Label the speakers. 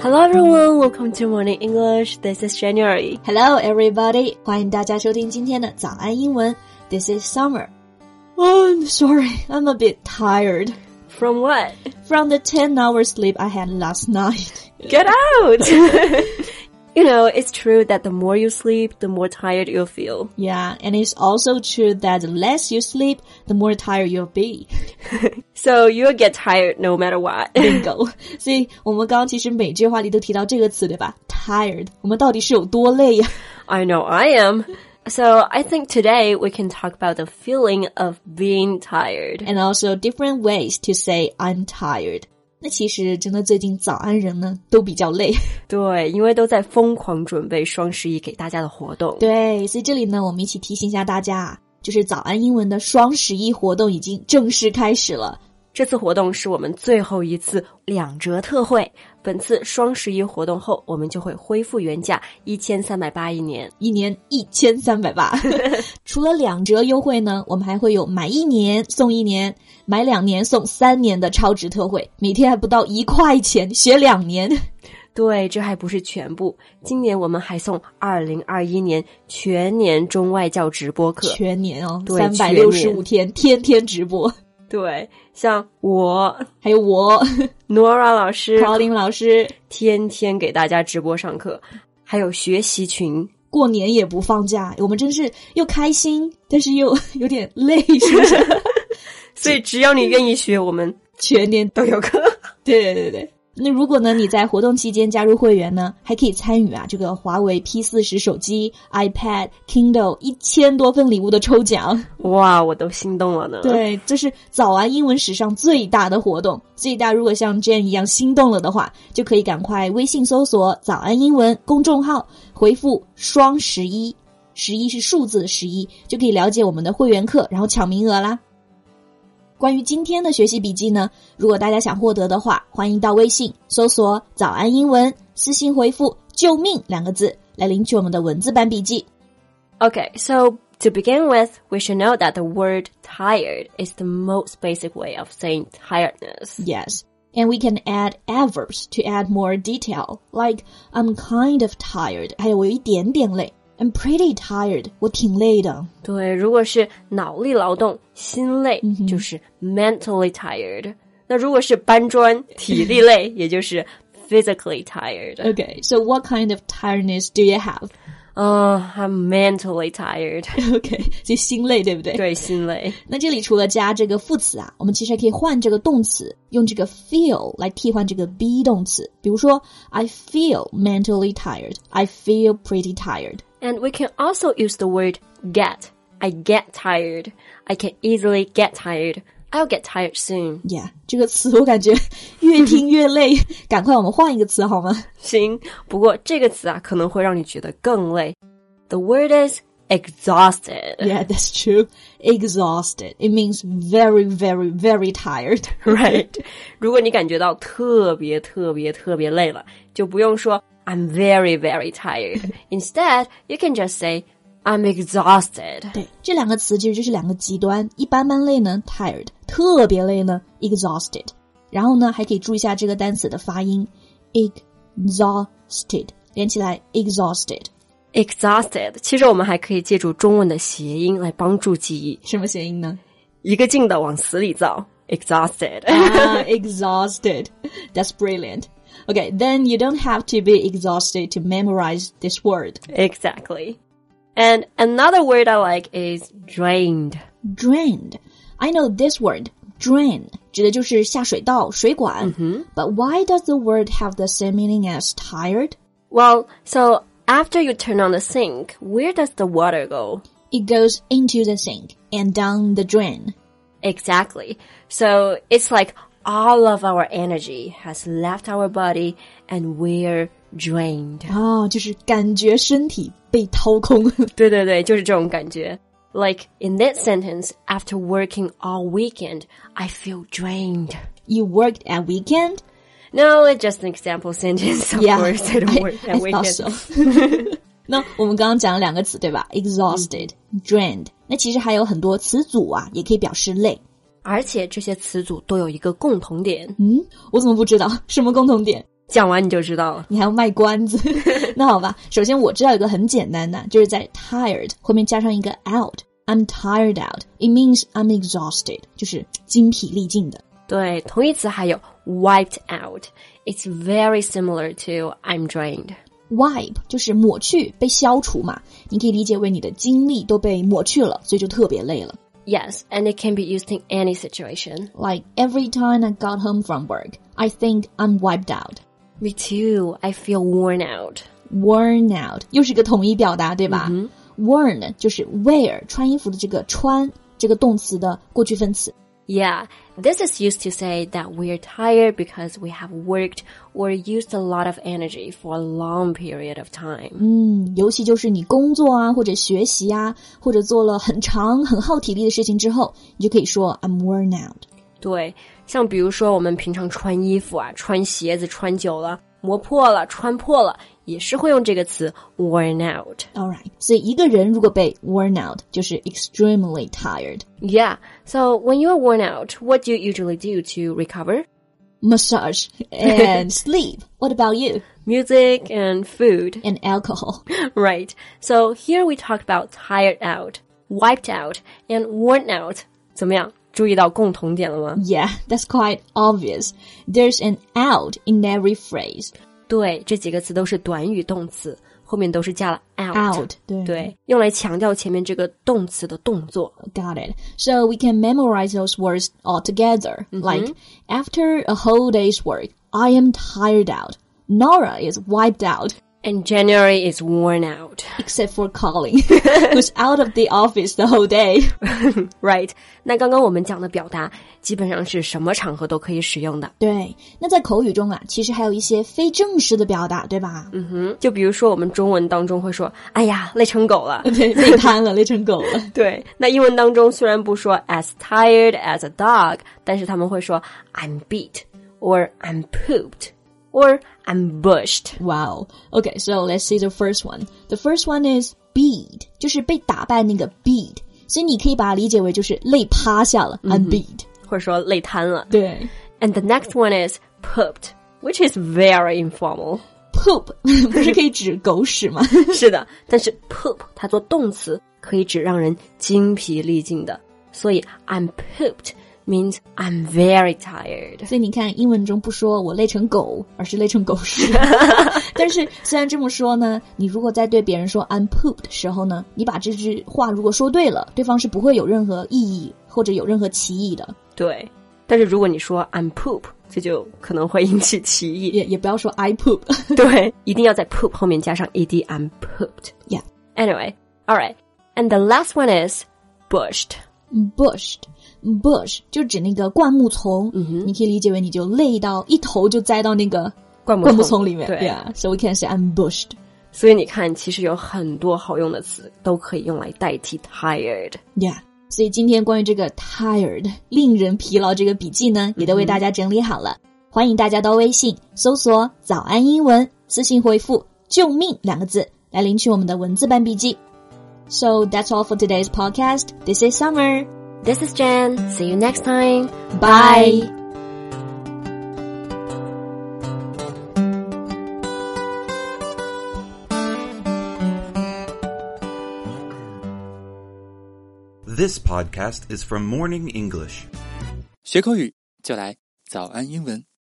Speaker 1: Hello everyone, welcome to Morning English. This is January.
Speaker 2: Hello, everybody！欢迎大家收听今天的早安英文。This is Summer. Oh, I'm sorry, I'm a bit tired
Speaker 1: From what?
Speaker 2: from the ten hours sleep I had last night.
Speaker 1: Get out! you know, it's true that the more you sleep, the more tired you'll feel.
Speaker 2: Yeah, and it's also true that the less you sleep, the more tired you'll be.
Speaker 1: So you'll get tired no matter what.
Speaker 2: Bingo！所以我们刚刚其实每句话里都提到这个词，对吧？Tired，我们到底是有多累呀？
Speaker 1: I know I am. So I think today we can talk about the feeling of being tired.
Speaker 2: and also different ways to say I'm tired。那其实真的最近早安人呢都比较累，
Speaker 1: 对，因为都在疯狂准备双十一给大家的活动。
Speaker 2: 对，所以这里呢，我们一起提醒一下大家啊，就是早安英文的双十一活动已经正式开始了。
Speaker 1: 这次活动是我们最后一次两折特惠。本次双十一活动后，我们就会恢复原价一千三百八一年。
Speaker 2: 一年一千三百 八，除了两折优惠呢，我们还会有买一年送一年、买两年送三年的超值特惠，每天还不到一块钱，学两年。
Speaker 1: 对，这还不是全部，今年我们还送二零二一年全年中外教直播课。
Speaker 2: 全年哦，
Speaker 1: 对
Speaker 2: 三百
Speaker 1: 全
Speaker 2: 六十
Speaker 1: 年
Speaker 2: 五天，天天直播。
Speaker 1: 对，像我
Speaker 2: 还有我
Speaker 1: Nora 老师
Speaker 2: 高林老师，
Speaker 1: 天天给大家直播上课，还有学习群。
Speaker 2: 过年也不放假，我们真是又开心，但是又 有点累，是不是？
Speaker 1: 所以只要你愿意学，我们
Speaker 2: 全年
Speaker 1: 都有课。
Speaker 2: 对对对对。那如果呢你在活动期间加入会员呢，还可以参与啊这个华为 P 四十手机、iPad、Kindle 一千多份礼物的抽奖。
Speaker 1: 哇，我都心动了呢。。
Speaker 2: 对，这是早安英文史上最大的活动，所以大家如果像 Jane 一样心动了的话，就可以赶快微信搜索“早安英文”公众号，回复“双十一”，十一是数字十一，就可以了解我们的会员课，然后抢名额啦。关于今天的学习笔记呢，如果大家想获得的话，欢迎到微信搜索“早安英文”，私信回复“救命”两个字来领取我们的文字版笔记。
Speaker 1: Okay, so to begin with, we should know that the word tired is the most basic way of saying tiredness.
Speaker 2: Yes. And we can add adverbs to add more detail, like I'm kind of tired. 还有我有一点点累. I'm pretty tired. 我挺累的.
Speaker 1: 对，如果是脑力劳动、心累，就是 mentally tired；那如果是搬砖、体力累，也就是 physically tired。
Speaker 2: Okay, so what kind of tiredness do you have?
Speaker 1: 嗯、i m mentally tired。
Speaker 2: Okay, 就心累，对不对？
Speaker 1: 对，心累。
Speaker 2: 那这里除了加这个副词啊，我们其实还可以换这个动词，用这个 feel 来替换这个 be 动词。比如说，I feel mentally tired. I feel pretty tired.
Speaker 1: And we can also use the word get. I get tired. I can easily get tired. I'll get tired soon.
Speaker 2: Yeah，这个词我感觉越听越累， 赶快我们换一个词好吗？
Speaker 1: 行，不过这个词啊，可能会让你觉得更累。The word is exhausted,
Speaker 2: Yeah, that's true. Exhausted. It means very, very, very tired.
Speaker 1: right？如果你感觉到特别特别特别累了，就不用说 I'm very very tired. Instead, you can just say I'm exhausted.
Speaker 2: 对，这两个词其实就是两个极端，一般般累呢，tired；特别累呢，exhausted。然后呢，还可以注意一下这个单词的发音，exhausted，连起来 exhausted，
Speaker 1: Exhausted。其实我们还可以借助中文的谐音来帮助记忆，
Speaker 2: 什么谐音呢？
Speaker 1: 一个劲的往死里造。Exhausted.
Speaker 2: ah, exhausted. That's brilliant. Okay, then you don't have to be exhausted to memorize this word.
Speaker 1: exactly. And another word I like is drained.
Speaker 2: drained. I know this word, drain, 指的就是下水道、水管。But why does the word have the same meaning as tired?
Speaker 1: Well, so after you turn on the sink, where does the water go?
Speaker 2: It goes into the sink and down the drain.
Speaker 1: Exactly. So it's like all of our energy has left our body and we're drained.
Speaker 2: 哦，就是感觉身体被掏空。
Speaker 1: 对对对，就是这种感觉。Like in this sentence, after working all weekend, I feel drained.
Speaker 2: you worked at weekend?
Speaker 1: No, it's just an example sentence. Of course, I don't work
Speaker 2: I
Speaker 1: at
Speaker 2: thought
Speaker 1: weekend.
Speaker 2: so. 那我们刚刚讲了两个词，对吧？exhausted、drained。那其实还有很多词组啊，也可以表示累。
Speaker 1: 而且这些词组都有一个共同点，
Speaker 2: 嗯，我怎么不知道？什么共同点？
Speaker 1: 讲完你就知道了。
Speaker 2: 你还要卖关子。那好吧，首先我知道一个很简单的，就是在 tired 后面加上一个 out。I'm tired out. It means I'm exhausted，就是精疲力尽的。
Speaker 1: 对，同义词还有 wiped out。It's very similar to I'm drained。
Speaker 2: Wipe 就是抹去、被消除嘛，你可以理解为你的精力都被抹去了，所以就特别累了。
Speaker 1: Yes, and it can be used in any situation.
Speaker 2: Like every time I got home from work, I think I'm wiped out,
Speaker 1: Me too. I feel worn out.
Speaker 2: worn out，又是一个统一表达，对吧、w o r n 就是 wear 穿衣服的这个穿这个动词的过去分词。
Speaker 1: Yeah, this is used to say that we're tired because we have worked or used a lot of energy for a long period of time.
Speaker 2: 嗯，尤其就是你工作啊，或者学习啊，或者做了很长很耗体力的事情之后，你就可以说 I'm worn out。
Speaker 1: 对，像比如说我们平常穿衣服啊，穿鞋子穿久了，磨破了、穿破了，也是会用这个词 worn out。
Speaker 2: All right，所以一个人如果被 worn out，就是 extremely tired。
Speaker 1: Yeah, so when you are worn out, what do you usually do to recover?
Speaker 2: massage and sleep. What about you?
Speaker 1: Music and food.
Speaker 2: And alcohol.
Speaker 1: Right. So here we talked about tired out, wiped out, and worn out. 怎么样？注意到共同点了吗？
Speaker 2: Yeah, that's quite obvious. There's an out in every phrase.
Speaker 1: 对，这几个词都是短语动词，后面都是加了 out。
Speaker 2: Out，对
Speaker 1: 对，用来强调前面这个动词的动作。
Speaker 2: Got it. So we can memorize those words all together. Like after a whole day's work, I am tired out. Nora is wiped out,
Speaker 1: And January is worn out.
Speaker 2: except for Colin, who's out of the office the whole day.
Speaker 1: Right. 那刚刚我们讲的表达，基本上是什么场合都可以使用的。
Speaker 2: 对，那在口语中啊，其实还有一些非正式的表达，对吧？
Speaker 1: 嗯哼，就比如说我们中文当中会说“哎呀，累成狗了”，
Speaker 2: 对，累瘫了，累成狗了。
Speaker 1: 对，那英文当中虽然不说 as tired as a dog，但是他们会说 I'm beat or I'm pooped or I'm bushed。
Speaker 2: Wow. Okay, so let's see the first one. The first one is beat，就是被打败那个 beat，所以你可以把它理解为就是累趴下了、i m beat。
Speaker 1: 或者说累瘫了。
Speaker 2: 对
Speaker 1: And the next one is pooped, which is very informal.
Speaker 2: ，poop 不是可以指狗屎吗？
Speaker 1: 是的，但是 poop 它做动词可以指让人精疲力尽的，所以 I'm pooped means I'm very tired.
Speaker 2: 所以你看，英文中不说我累成狗，而是累成狗 屎。但是虽然这么说呢，你如果在对别人说 I'm pooped 的时候呢，你把这句话如果说对了，对方是不会有任何异议或者有任何歧义的，
Speaker 1: 对，但是如果你说 I'm poop，这就可能会引起歧义。
Speaker 2: 也也不要说 I poop。
Speaker 1: 对，一定要在 poop 后面加上 ed。I'm pooped.
Speaker 2: Yeah.
Speaker 1: Anyway, all right. And the last one is bushed.
Speaker 2: bushed。bush 就指那个灌木丛，
Speaker 1: 嗯
Speaker 2: 你可以理解为你就累到一头就栽到那个
Speaker 1: 灌木
Speaker 2: 灌木丛里面。
Speaker 1: 对
Speaker 2: yeah,，so we can say I'm bushed。
Speaker 1: 所以你看，其实有很多好用的词都可以用来代替 tired。
Speaker 2: Yeah，所以今天关于这个 tired 令人疲劳这个笔记呢，也都为大家整理好了。欢迎大家到微信搜索“早安英文”，私信回复“救命”两个字来领取我们的文字版笔记。So that's all for today's podcast. This is Summer.
Speaker 1: This is Jen. See you next time.
Speaker 2: Bye.
Speaker 3: This podcast is from Morning English.
Speaker 4: 学口语就来早安英文。